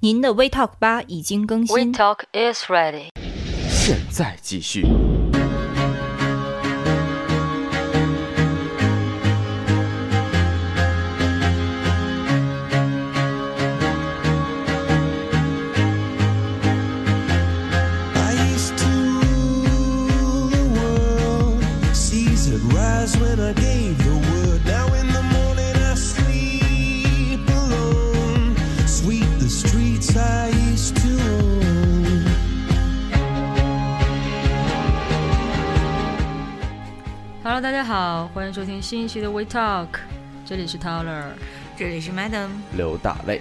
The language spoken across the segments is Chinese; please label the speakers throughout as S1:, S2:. S1: 您的 We Talk 吧已经更
S2: We
S1: 新。
S2: talk is ready。
S3: 现在继续。
S4: I used to rule the world. Seas had rise when I gave the word. Now in the morning I sleep alone. Sweep the streets I used to own.
S5: ，Hello，大家好，欢迎收听新一期的 We Talk，这里是 Taylor。
S6: 这里是 Madam，
S3: 流大泪，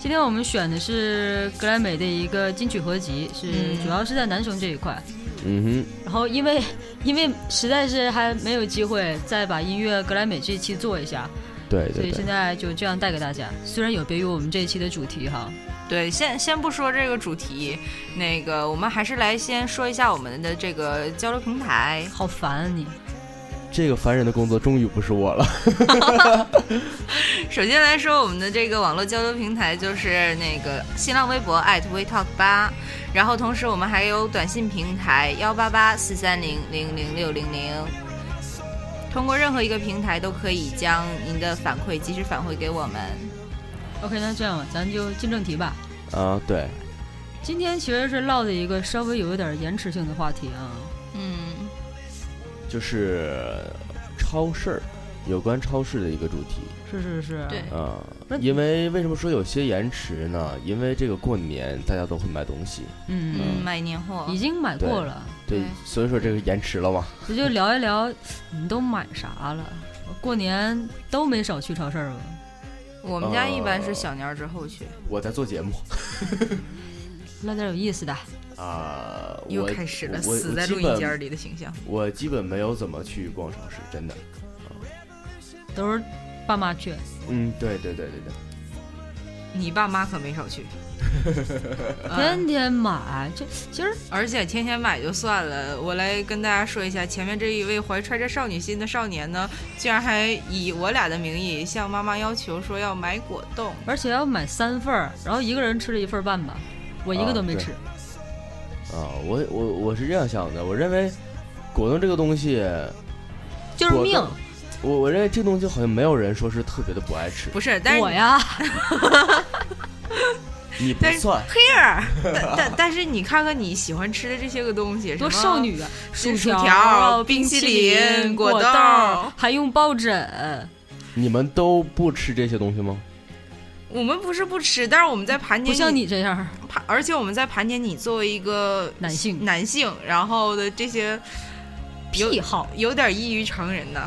S5: 今天我们选的是格莱美的一个金曲合集，是主要是在男生这一块。
S3: 嗯
S5: 然后因为 因为实在是还没有机会再把音乐格莱美这一期做一下，
S3: 哼，对
S5: 所以
S3: 对
S5: 现
S3: 对，
S5: 在就这样带给大家。虽然有别于我们这一期的主题哈，
S6: 对，先先不说这个主题，那个我们还是来先说一下我们的这个交流平台。
S5: 好烦啊你！
S3: 这个烦人的工作终于不是我了。
S6: 首先来说我们的这个网络交流平台就是那个新浪微博艾特 WeTalk 八，然后同时我们还有短信平台幺八八四三零零零六零零。通过任何一个平台都可以将您的反馈及时返回给我们。
S5: OK，那这样吧，咱就进正题吧。
S3: 啊，对，
S5: 今天其实是唠的一个稍微有一点延迟性的话题啊，
S6: 嗯，
S3: 就是超市儿，有关超市的一个主题。
S5: 是是是，
S6: 对
S3: 啊
S5: 不是，
S3: 因为为什么说有些延迟呢？因为这个过年大家都会买东西，
S5: 嗯，
S6: 嗯，买年货
S3: 啊
S5: 已经买过了，
S3: 对
S6: 对，
S3: 所以说这个延迟了嘛。
S5: 我就聊一聊你们都买啥了。过年都没少去超市吧？
S6: 我们家一般是小年儿之后去，
S3: 我在做节目
S5: 唠点有意思的。
S3: 啊，
S6: 又
S3: 我
S6: 开始了
S3: 我
S6: 死在录音间儿。里的形象。
S3: 我我基本我基本没有怎么去逛超市，真的。
S5: 都是爸妈去，
S3: 嗯，对对对对对。
S6: 你爸妈可没少 去，嗯
S5: 天天买。这其实
S6: 而且天天买就算了。我来跟大家说一下，前面这一位怀揣着少女心的少年呢，竟然还以我俩的名义向妈妈要求说要买果冻。
S5: 而且要买三份儿，然后一个人吃了一份儿半吧，我一个都没吃。
S3: 啊，我我我是这样想的，我认为果冻这个东西，
S5: 就是
S3: 果
S5: 命
S3: 冻，我我认为这东西好像没有人说是特别的不爱吃，
S6: 不是，但是
S5: 我呀，
S3: 你不
S6: 但是
S3: 算，
S6: here，但但但是你看看你喜欢吃的这些个东西，
S5: 多
S6: 什么
S5: 少，女啊！
S6: 是薯
S5: 条、
S6: 条
S5: 冰
S6: 冰淇
S5: 淋、
S6: 淋
S5: 果
S6: 果
S5: 冻
S6: 冻，
S5: 还用抱枕。
S3: 你们都不吃这些东西吗？
S6: 我们不是不吃，但是我们在盘
S5: 不
S6: 点
S5: 像你这样，
S6: 盘，而且我们在盘点你作为一个
S5: 男性
S6: 男性，然后的这些有
S5: 癖好
S6: 有点异于常人的。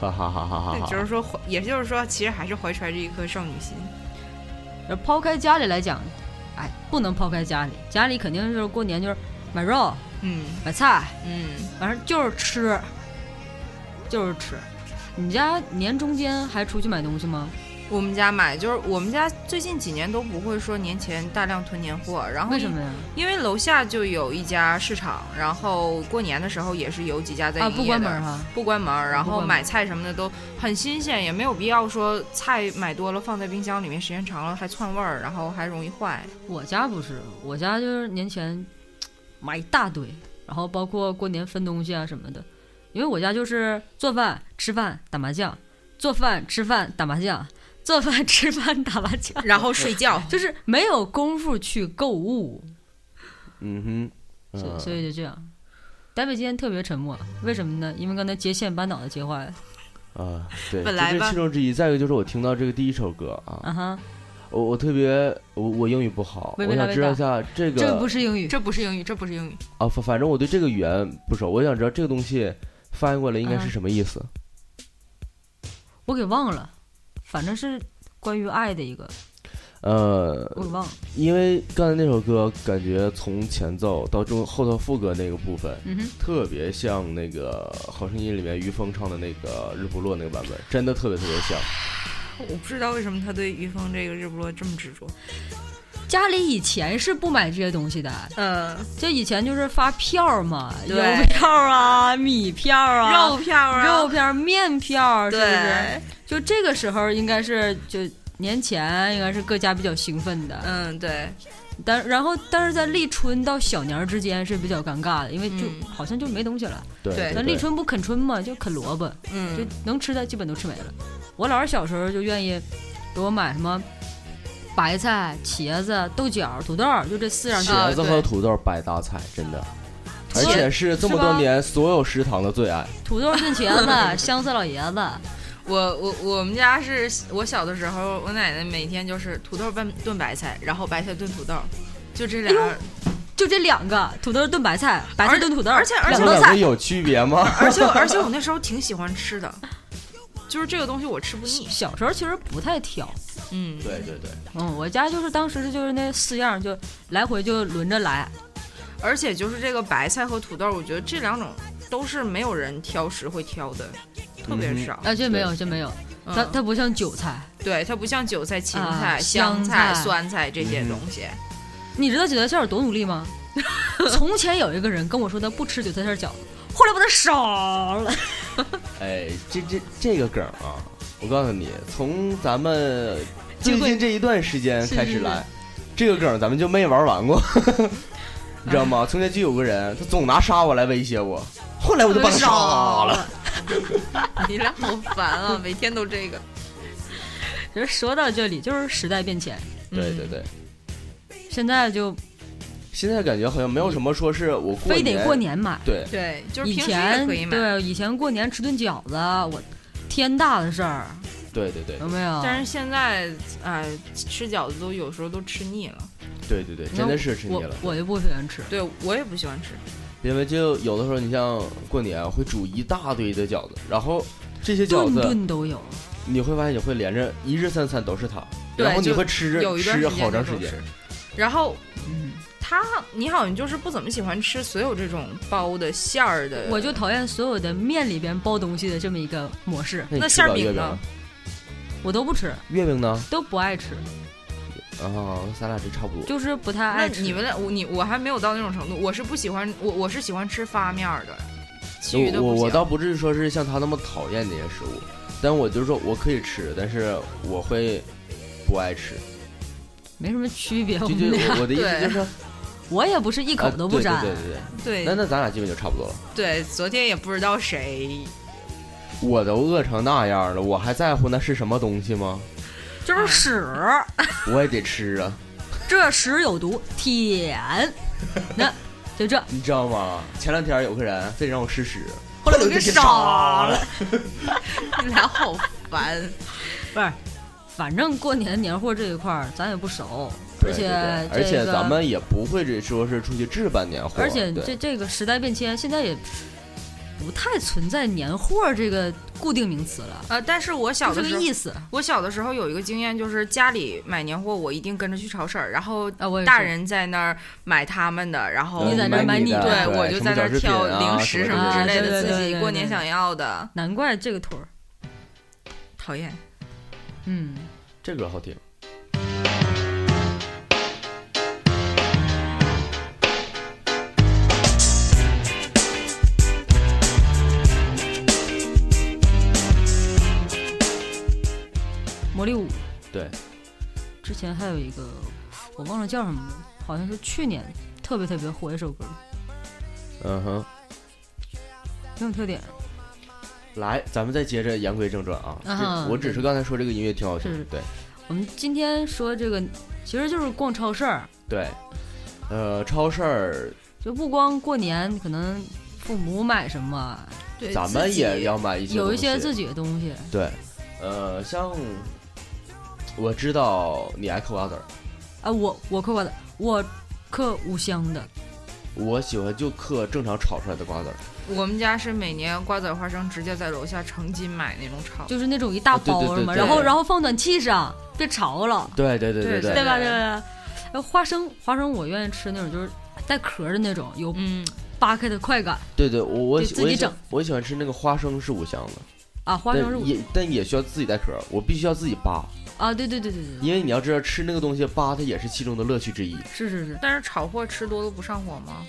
S3: 哈哈哈哈哈
S6: 对，
S3: 哈！
S6: 就是说怀，也就是说，其实还是怀揣着一颗少女心。
S5: 呃抛开家里来讲，哎，不能抛开家里，家里肯定就是过年就是买肉、
S6: 嗯
S5: 买菜，
S6: 嗯，
S5: 反正就是吃，就是吃。你家年中间还出去买东西吗？
S6: 我们家买就是我们家最近几年都不会说年前大量囤年货，然后
S5: 为什么？呀？
S6: 因为楼下就有一家市场，然后过年的时候也是有几家在
S5: 啊，
S6: 营业
S5: 不关
S6: 的
S5: 门儿哈。
S6: 不关门儿，然
S5: 不关
S6: 后
S5: 门
S6: 买菜什么的都很新鲜，也没有必要说菜买多了放在冰箱里面，时间长了还窜味儿，然后还容易 坏。
S5: 我家不是，我家就是年前嗯买一大堆，然后包括过年分东西啊什么的。因为我家就是做饭、吃饭、打麻将，做饭、吃饭、打麻将，做饭、吃饭、打麻 将，
S6: 然后睡觉，
S5: 就是没有功夫去购物，
S3: 嗯哼，
S5: 所以
S3: 嗯
S5: 所以就这样。大卫今天特别沉默，为什么呢？因为刚才接线把脑袋接坏了。
S3: 啊，对，
S6: 本来
S3: 这
S6: 吧
S3: 是其中之一。再一个就是我听到这个第一首歌啊，
S5: 啊哈，
S3: 我我特别我我英语不好，
S5: 微
S3: 我
S5: 微拉
S3: 想
S5: 微
S3: 知道
S5: 大
S3: 一下这个
S5: 这个不是英语，
S6: 这不是英语，这不是英语。
S3: 啊，反反正我对这个语言不熟，我想知道这个东西翻译过来应该是
S5: 嗯
S3: 什么意思。
S5: 我给忘了，反正是关于爱的一个，
S3: 呃，
S5: 我给忘了。
S3: 因为刚才那首歌，感觉从前奏到中后头副歌那个部分，
S5: 嗯哼。
S3: 特别像那个《好声音》里面于峰唱的那个日不落那个版本，真的特别特别像。
S6: 我不知道为什么他对于峰这个日不落这么执着。
S5: 家里以前是不买这些东西的，
S6: 嗯，
S5: 就以前就是发票嘛，邮
S6: 对
S5: 票啊、米票啊、
S6: 肉票啊，
S5: 肉票、面票，是不是？
S6: 对，
S5: 就这个时候应该是就年前应该是各家比较兴奋的，
S6: 嗯，对，
S5: 但然后但是在立春到小年儿之间是比较尴尬的，因为就
S6: 嗯哎
S5: 好像就没东西了。
S3: 对
S6: 对
S5: 咱立春不啃春嘛，就啃萝卜，
S6: 嗯，
S5: 就能吃的基本都吃没了。我姥儿小时候就愿意给我买什么白菜、茄子、豆角、土豆儿，就这四样东西。
S3: 茄子
S6: 啊
S3: 和
S6: 对
S3: 土豆百搭菜，真的，而
S5: 是
S3: 且是这么
S5: 是
S3: 多
S5: 吗
S3: 年所有食堂的最爱。
S5: 土豆炖茄子，香色老爷子，
S6: 我我我们家是我小的时候，我奶奶每天就是土豆拌炖白菜，然后白菜炖土豆，就这俩。
S5: 就这两个，土豆炖白菜，白菜炖土豆，
S6: 而且而且
S5: 两
S3: 这
S5: 道
S3: 两
S5: 菜
S3: 个。有区别吗？
S6: 而且我而且我那时候挺喜欢吃的，就是这个东西我吃不腻。
S5: 小时候其实不太挑，
S6: 嗯，
S3: 对对对，
S5: 嗯，我家就是当时就是那四样，就来回就轮着来，
S6: 而且就是这个白菜和土豆，我觉得这两种都是没有人挑食会挑的，特
S3: 嗯
S6: 别少。
S5: 啊，这没有，这没有，
S6: 哦嗯
S5: 它它不像韭菜。
S6: 对它不像韭菜、芹
S5: 啊
S6: 菜、
S5: 香
S6: 香菜、
S5: 菜
S6: 酸菜这
S3: 嗯
S6: 些东西。
S5: 你知道韭菜馅儿有多努力吗？ 从前有一个人跟我说他不吃韭菜馅儿饺子，后来把他烧了。
S3: 哎，这这这个梗啊，我告诉你，从咱们最
S5: 就会
S3: 近这一段时间
S5: 是
S3: 开
S5: 是
S3: 始
S5: 是
S3: 来，这个梗咱们就没玩完过， 你知道吗？从前就有个人，他总拿杀我来威胁我，后来我就把他杀了。
S6: 你俩好烦啊，每天都这个。
S5: 就是说到这里，就是时代变迁，
S6: 嗯
S3: 对对对，
S5: 现在就
S3: 现在感觉好像没有什么说是我过
S5: 非得过年买。
S3: 对
S6: 对，就是
S5: 以
S6: 平时也
S5: 前
S6: 可以买，
S5: 对以前过年吃顿饺子，我天大的事儿，
S3: 对对对
S5: 有没有？
S6: 但是现在哎、吃饺子都有时候都吃腻了。
S3: 对对对，
S5: 你看
S3: 真的是吃腻了。
S5: 嗯我我就不喜欢吃。
S6: 对我也不喜欢吃，
S3: 因为就有的时候，你像过年啊会煮一大堆的饺子，然后这些饺
S5: 顿
S3: 子
S5: 顿都有，
S3: 你会发现你会连着一日三餐都是它，
S6: 对
S3: 然后你
S6: 就
S3: 会吃着
S6: 有一段
S3: 吃
S6: 时
S3: 好
S6: 间
S3: 长
S6: 都
S3: 时
S6: 是
S3: 间。。
S6: 然后
S5: 嗯，
S6: 他，你好像就是不怎么喜欢吃所有这种包的馅儿的，
S5: 我就讨厌所有的面里边包东西的这么一个模式，
S3: 你
S6: 那
S3: 吃
S6: 馅儿
S3: 不了
S6: 饼
S3: 月饼
S6: 呢
S3: 吗？
S5: 我都不吃，
S3: 月饼呢？
S5: 都不爱吃，
S3: 啊，咱俩这差不多。
S5: 就是不太
S6: 那
S5: 爱吃。
S6: 你们俩，我你我还没有到那种程度，我是不喜欢我我是喜欢吃发面儿的，其余
S3: 我
S6: 的
S3: 我
S6: 不
S3: 我
S6: 行。
S3: 倒不至于说是像他那么讨厌那些食物，但我就是说我可以吃，但是我会不爱吃。
S5: 没什么区
S6: 哦
S5: 别，我
S3: 就
S5: 们
S3: 就
S5: 俩
S3: 我我的意思就是，
S5: 我也不是一口
S3: 啊
S5: 都不沾。
S3: 对对对对
S6: 对
S3: 对，那那咱俩基本就差不多了。
S6: 对，昨天也不知道 谁，
S3: 我都饿成那样了，我还在乎那是什么东西吗？
S5: 就是屎，
S3: 我也得吃啊，
S5: 这屎有毒，舔。 那就这，
S3: 你知道吗？前两天有个人非得让我吃屎，
S5: 后来我就给烧了。
S6: 你俩好烦。
S5: 不是，反正过年年货这一块儿咱也不熟，
S3: 对
S5: 而且
S3: 对对
S5: 这
S3: 而且
S5: 个
S3: 咱们也不会这说是出去置办年货，
S5: 而且
S3: 对
S5: 这这个时代变迁，现在也不太存在年货这个固定名词了，
S6: 呃，但是我小
S5: 就
S6: 的
S5: 这
S6: 时
S5: 个
S6: 候，
S5: 意思
S6: 我小的时候有一个经验，就是家里买年货，我一定跟着去超市儿，然后
S5: 啊。我也是
S6: 大人在那儿买他们的，然后
S5: 你在那儿买你
S3: 的
S5: 的
S6: 对
S3: 嗯对
S6: 我就在那儿挑零食
S3: 啊什
S6: 什
S3: 么
S6: 么之
S3: 饺子
S6: 类
S3: 片
S5: 啊
S6: 的，
S5: 对对
S6: 自
S5: 对
S6: 己
S5: 对
S6: 过
S5: 对
S6: 年想要的。
S5: 难怪这个腿儿，
S6: 讨厌，
S5: 嗯，
S3: 这歌好听。
S5: 魔力舞
S3: 对，
S5: 之前还有一个我忘了叫什么了，好像是去年特别特别火一首歌，
S3: 嗯哼，
S5: 挺有特点，
S3: 来，咱们再接着言归正传啊。
S5: 啊哈
S3: 这我只是刚才说这个音乐挺好
S5: 是
S3: 听，对
S5: 我们今天说这个，其实就是逛超市儿，
S3: 对。呃，超市儿
S5: 就不光过年，可能父母买什么，
S6: 对
S3: 咱们也要买一些东西，
S5: 呃有一些自己的东西。
S3: 对，呃，像我知道你爱嗑瓜子儿，
S5: 啊，我我嗑瓜子，我嗑五香的，
S3: 我喜欢就嗑正常炒出来的瓜子儿，
S6: 我们家是每年瓜子儿花生直接在楼下成斤买那种炒，
S5: 就是那种一大
S3: 啊对对
S5: 包
S3: 对
S5: 嘛，
S3: 对
S5: 然后然后放暖气上，别潮了，
S3: 对对对
S6: 对
S3: 对
S5: 对吧？
S6: 对
S5: 对吧？呃，花生花生我愿意吃那种就是带壳儿的那种，有
S6: 嗯，
S5: 扒开的快感
S3: 对对，我我
S5: 就
S3: 喜
S5: 自
S3: 我
S5: 己
S3: 也喜
S5: 整
S3: 我喜欢吃那个花生是五香的，
S5: 啊。花生是
S3: 但
S5: 我
S3: 也但也需要自己带壳儿，我必须要自己扒，
S5: 啊，对对对对对对，
S3: 因为你要知道吃那个东西扒它也是其中的乐趣之一。
S5: 是是是，
S6: 但是炒货吃多了不上火吗？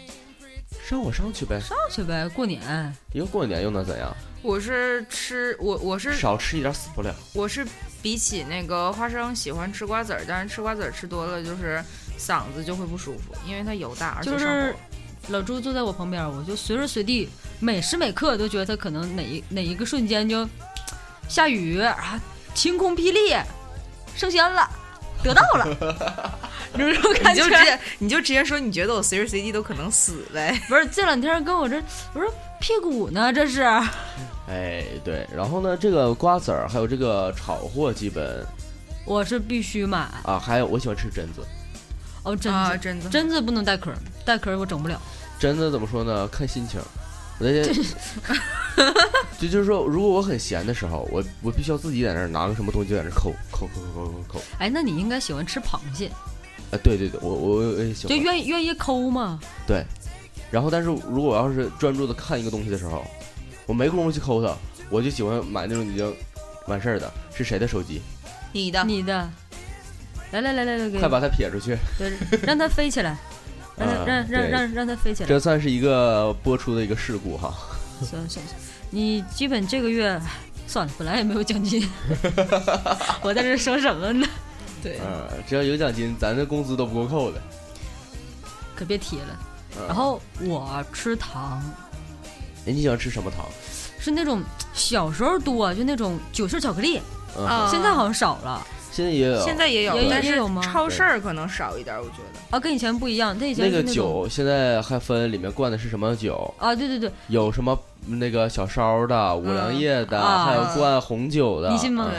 S3: 让我上去呗，
S5: 上去呗，过年
S3: 一个过年又能怎样？
S6: 我是吃我我
S5: 嗯
S6: 是
S3: 少吃一点死不了。
S6: 我是比起那个花生喜欢吃瓜子儿，但是吃瓜子儿吃多了就是嗓子就会不舒服，因为它油大，而且
S5: 就
S6: 上
S5: 是
S6: 火
S5: 老朱坐在我旁边，我就随时随地每时每刻都觉得他可能哪一哪一个瞬间就下雨啊，晴空霹雳，升仙了，得到了， 有这种感
S6: 你
S5: 觉
S6: 就。直接你就直接说你觉得我随时随地都可能死呗。
S5: 不是这两天跟我这我说屁股呢，这是
S3: 哎，对，然后呢，这个瓜子儿还有这个炒货，基本
S5: 我是必须买
S3: 啊，还有我喜欢吃榛子。
S5: 哦，榛
S6: 啊，
S5: 子
S6: 真的
S5: 榛子不能带壳儿，带壳儿我整不了。
S3: 榛子怎么说呢？看心情。我那天就就是说，如果我很闲的时候，我我必须要自己在那儿拿个什么东西在那儿抠抠抠抠抠抠抠。
S5: 哎，那你应该喜欢吃螃蟹，
S3: 啊，对对对，我我我也喜
S5: 就
S3: 欢。
S5: 愿意愿意抠嘛。
S3: 对，然后但是如果我要是专注的看一个东西的时候，我没工夫去抠它，我就喜欢买那种已经完事儿的。是谁的手机？
S6: 你的
S5: 你的，来来来来来，给
S3: 啊快把它撇出去！
S5: 对，让它飞 起来，让它
S3: 啊
S5: 让
S3: 对
S5: 让让让它飞起来。
S3: 这算是一个播出的一个事故哈。
S5: 算了算了，你基本这个月算了，本来也没有奖金， 我在这说什么呢？
S6: 对
S3: 嗯，只要有奖金，咱的工资都不够扣的。
S5: 可别提了。
S3: 嗯
S5: 然，后我吃糖
S3: 哎，你喜欢吃什么糖？
S5: 是那种小时候多，就那种九杏巧克力，
S3: 嗯，
S6: 啊，
S5: 现在好像少了
S3: 现在也有。
S6: 现在也有
S5: 哦也，
S6: 但
S5: 也
S6: 是
S5: 有吗
S6: 超市儿可能少一点，我觉得。
S5: 啊，跟以前不一样。它以前
S3: 那
S5: 是
S3: 个
S5: 种
S3: 酒现在还分里面灌的是什么酒，
S5: 啊，对对对，
S3: 有什么那个小烧的、五粮液的，
S5: 啊
S3: 还有灌红酒的。
S5: 你信吗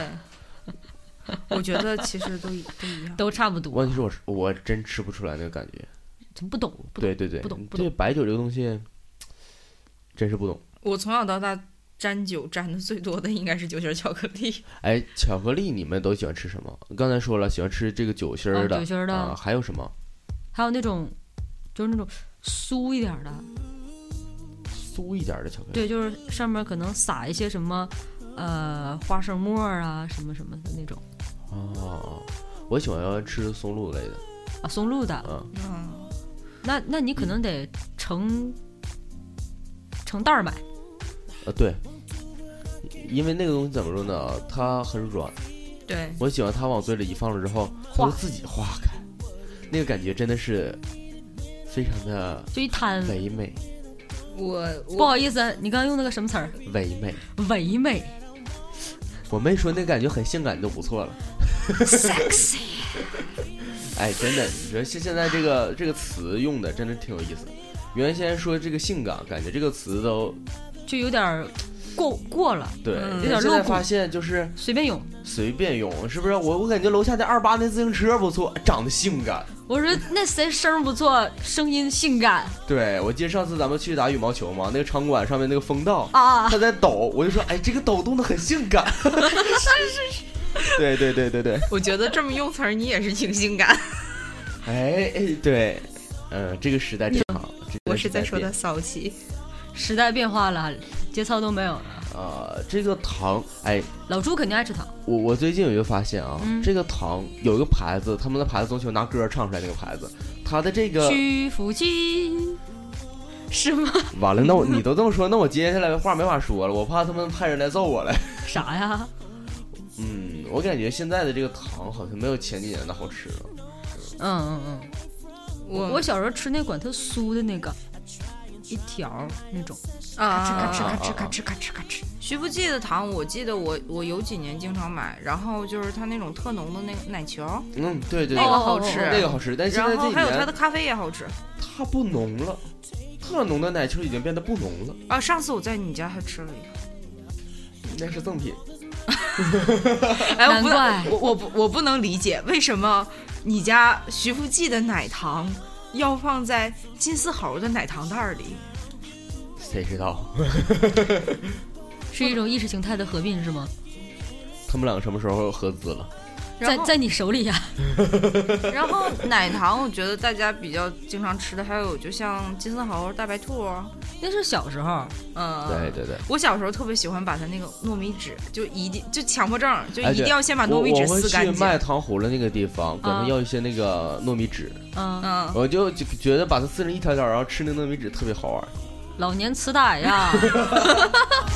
S3: 嗯？
S6: 我觉得其实都一都一样。
S5: 都差不多
S3: 问，题是我吃我真吃不出来那个感觉。
S5: 真不懂，不懂啊
S3: 对对对，
S5: 不懂不
S3: 对
S5: 懂。
S3: 白酒这个东西，真是不懂。
S6: 我从小到大沾酒沾的最多的应该是九星巧克力。
S3: 哎，巧克力你们都喜欢吃什么？刚才说了，喜欢吃这个酒心
S5: 啊
S3: 儿的，
S5: 酒心儿的
S3: 啊还有什么
S5: 还有那种就是那种酥一点儿的，
S3: 酥一点儿的巧克力？
S5: 对，就是上面可能撒一些什么，呃，花生沫儿啊，什么什么的那种
S3: 哦，我喜欢吃松露类的，
S5: 啊，松露的。
S3: 嗯，
S6: 嗯，
S5: 那那你可能得成成袋儿买，
S3: 呃，对，因为那个东西怎么说呢？它很软，
S6: 对，
S3: 我喜欢它往嘴里一放了之后，它
S5: 化
S3: 会自己化开，那个感觉真的是非常的
S5: 就一摊。
S3: 唯美，
S6: 我我
S5: 不好意思，你刚刚用那个什么词儿？
S3: 唯美。
S5: 唯美。
S3: 我没说那感觉很性感就不错了。
S6: sexy，
S3: 哎，真的，你说现现在这个这个词用的真的挺有意思。原先说这个性感，感觉这个词都
S5: 就有点儿过过了，
S3: 对，
S6: 嗯
S5: 有
S3: 但
S5: 点
S3: 现在
S5: 露骨
S3: 发现就是
S5: 随便用。
S3: 随便用，是不是？我我感觉楼下那二八那自行车不错，长得性感。
S5: 我说那谁声儿不错，声音性感
S3: 对，我记得上次咱们去打羽毛球嘛，那个场馆上面那个风道，
S5: 啊
S3: 它，在抖，我就说，哎，这个抖动的很性感。 是是是。对对对对对，
S6: 我觉得这么用词儿你也是挺性感。
S3: 哎哎对，嗯，这个时代真好。这个
S6: 我是在
S3: 时代
S6: 说
S3: 变
S6: 他骚气，
S5: 时代变化了，节操都没有了。
S3: 啊、这个糖，哎，
S5: 老朱肯定爱吃糖，
S3: 我我最近有一个发现啊，
S5: 嗯
S3: 这个糖有一个牌子，他们的牌子总喜欢拿歌唱出来那个牌子，它的这个
S5: 屈服期是吗？
S3: 完了，那我你都这么说，那我接下来的话没法说了，我怕他们派人来揍我了。
S5: 啥呀？
S3: 嗯，我感觉现在的这个糖好像没有前几年的好吃了。
S5: 嗯嗯嗯。
S6: 我
S5: 我小时候吃那管它酥的那个，一条儿那种，
S6: 啊
S3: 咔
S5: 咔
S3: 哧咔哧
S5: 咔哧咔哧。
S6: 徐福记的糖，我记得我我有几年经常买，然后就是它那种特浓的那个奶球，
S3: 嗯，对对
S6: 那
S3: 对，
S6: 个好吃，
S5: 哦哦哦
S3: 那个好吃，但现在
S6: 然
S3: 这
S6: 后
S3: 几
S6: 还有它
S3: 年
S6: 的咖啡也好吃
S3: 它不浓了，特浓的奶球已经变得不浓了，
S6: 啊。上次我在你家还吃了一个，
S3: 那是赠品。
S6: 哎，我不
S5: 难
S6: 能，
S5: 怪
S6: 我我不我不能理解为什么你家徐福记的奶糖要放在金丝猴的奶糖袋儿里。
S3: 谁知道啊
S5: 是一种意识形态的合并是吗？
S3: 他们两个什么时候合资了？
S6: 然
S5: 在
S6: 后
S5: 在你手里呀、啊
S6: 然后奶糖，我觉得大家比较经常吃的还有就像金丝猴、大白兔，
S5: 那是小时候，啊
S6: 嗯，
S3: 对对对，
S6: 我小时候特别喜欢把它那个糯米纸，就一定就强迫症，就
S3: 哎
S6: 一
S3: 对
S6: 定要先把
S3: 我
S6: 糯米
S3: 我
S6: 纸
S3: 会
S6: 撕干
S3: 去卖
S6: 净。
S3: 糖葫芦那个地方，管
S5: 啊
S3: 他要一些那个糯米纸，
S5: 嗯，
S6: 嗯，
S3: 我就就觉得把它撕成一条条，然后吃那糯米纸特别好玩。
S5: 老年痴呆呀，
S6: 我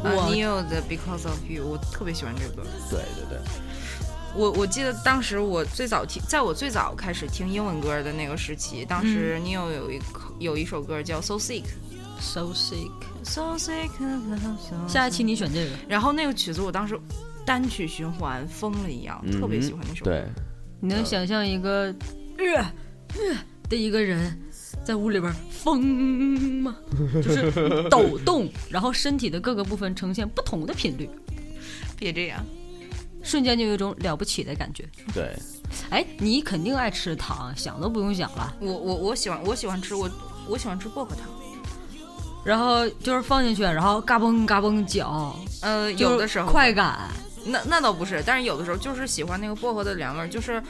S5: 我
S6: Neo 啊的 Because of You，我特别喜欢这个歌。
S3: 对对对，
S6: 我我记得当时我最早听，在我最早开始听英文歌的那个时期，当时 Neo 有一口有一首歌叫 So Sick，So
S5: so sick。
S6: Sick of Love。
S5: 下一期，你选这个，
S6: 然后那个曲子我当时单曲循环疯了一样，特别喜欢那首歌。
S3: 对，
S5: 你能想象一个呃呃的一个人在屋里边疯 吗？就是抖动，然后身体的各个部分呈现不同的频率，
S6: 别这样，
S5: 瞬间就有一种了不起的感觉。
S3: 对，
S5: 哎，你肯定爱吃糖，想都不用想了。
S6: 我我我喜欢我喜欢吃我我喜欢吃薄荷糖。
S5: 然后就是放进去，然后嘎嘣嘎嘣嚼，
S6: 呃，
S5: 就是
S6: 有的时候
S5: 快感，
S6: 那那倒不是，但是有的时候就是喜欢那个薄荷的凉味儿，就是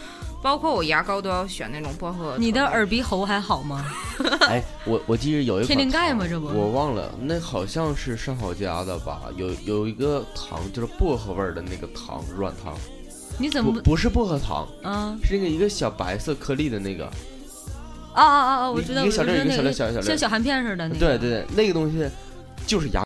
S6: 包括我牙膏都要选那种薄荷。
S5: 你的耳鼻喉还好吗？
S3: 哎，我我记得有一
S5: 天灵
S3: 款
S5: 盖
S3: 糖
S5: 吗？这不，
S3: 我忘了，那好像是上好佳的吧？有有一个糖，就是薄荷味儿的那个糖，软糖，
S5: 你怎
S3: 不
S5: 么
S3: 不是薄荷糖，
S5: 啊
S3: 是那个一个小白色颗粒的那个。
S5: 啊啊啊！我知道，
S3: 一
S5: 我
S3: 个
S5: 知道
S3: 小粒儿一个
S5: 那
S3: 小粒儿小粒儿小粒儿
S5: 像小含片似的那个。
S3: 对对对，那个东西就是牙